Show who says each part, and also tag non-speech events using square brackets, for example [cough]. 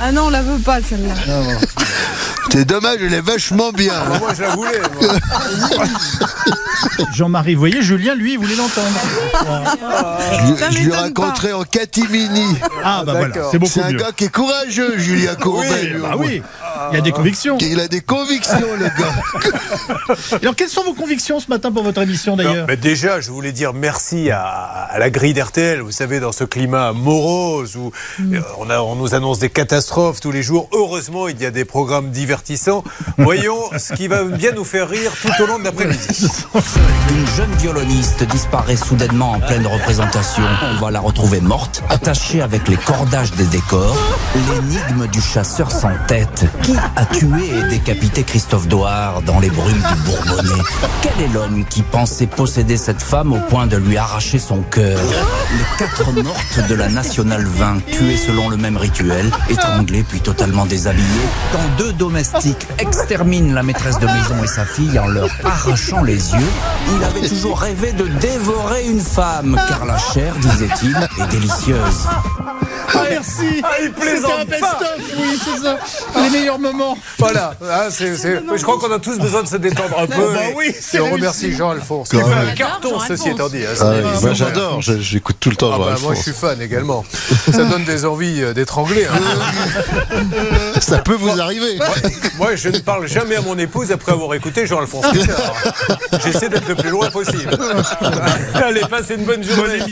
Speaker 1: Ah non, on la veut pas celle-là.
Speaker 2: C'est dommage, elle est vachement bien. hein.
Speaker 3: Moi, je la voulais. [laughs] moi.
Speaker 4: Jean-Marie, vous voyez, Julien, lui, il voulait l'entendre.
Speaker 2: Je,
Speaker 1: Ah, Ça
Speaker 2: je lui
Speaker 1: m'étonne
Speaker 2: raconterai en catimini.
Speaker 4: Ah, bah voilà,
Speaker 3: d'accord.
Speaker 4: c'est beaucoup
Speaker 2: C'est un
Speaker 4: mieux.
Speaker 2: gars qui est courageux, Julien Courbet.
Speaker 4: Oui,
Speaker 2: lui, au
Speaker 4: bah
Speaker 2: moins.
Speaker 4: oui, il y
Speaker 3: Ah.
Speaker 4: a des convictions.
Speaker 2: Il a des convictions, le gars.
Speaker 4: Alors, quelles sont vos convictions ce matin pour votre émission
Speaker 3: Non,
Speaker 4: d'ailleurs
Speaker 3: mais déjà, je voulais dire merci à, à la grille d'RTL. Vous savez, dans ce climat morose où euh, on, a- on nous annonce des catastrophes tous les jours, heureusement, il y a des programmes divertissants. [laughs] Voyons ce qui va bien nous faire rire tout au long de l'après-midi.
Speaker 5: Une jeune violoniste disparaît soudainement en pleine représentation. On va la retrouver morte, attachée avec les cordages des décors. L'énigme du chasseur sans tête. Qui a tué et décapité Christophe Doard dans les brumes du Bourbonnais Quel est l'homme qui pensait posséder cette femme au point de lui arracher son cœur Les quatre mortes de la Nationale 20, tuées selon le même rituel, étranglées puis totalement déshabillées, quand deux domestiques exterminent la maîtresse de maison et sa fille en leur arrachant les yeux. Il avait toujours rêvé de dévorer une femme, car la chair, disait-il, est délicieuse.
Speaker 4: Ah, Merci
Speaker 3: Ah, il
Speaker 4: C'était un
Speaker 3: plaisante pas
Speaker 4: best-of, oui, c'est ça. Les meilleurs moments.
Speaker 3: [laughs] Voilà, hein, c'est- c'est- je crois qu'on a tous besoin de se détendre un peu.
Speaker 4: bah
Speaker 3: et-
Speaker 4: oui,
Speaker 3: et
Speaker 4: c'est
Speaker 3: on
Speaker 4: réussi.
Speaker 3: remercie Jean-Alphonse.
Speaker 2: Quand
Speaker 3: Il fait
Speaker 2: même.
Speaker 3: un carton,
Speaker 1: J'adore
Speaker 3: ceci étant
Speaker 1: Jean-Alphonse.
Speaker 3: dit. hein,
Speaker 2: Ah
Speaker 3: c'est-
Speaker 2: oui, moi, j'adore, je- j'écoute tout le temps.
Speaker 3: Ah bah,
Speaker 2: Jean
Speaker 3: moi, je suis fan
Speaker 2: [laughs]
Speaker 3: également. Ça donne des envies euh, d'étrangler. hein.
Speaker 2: Alphonse. Ça peut vous arriver.
Speaker 3: [laughs] Moi, je ne parle jamais à mon épouse après avoir écouté Jean-Alphonse Picard. J'essaie d'être le plus loin possible. Allez, passez une bonne journée.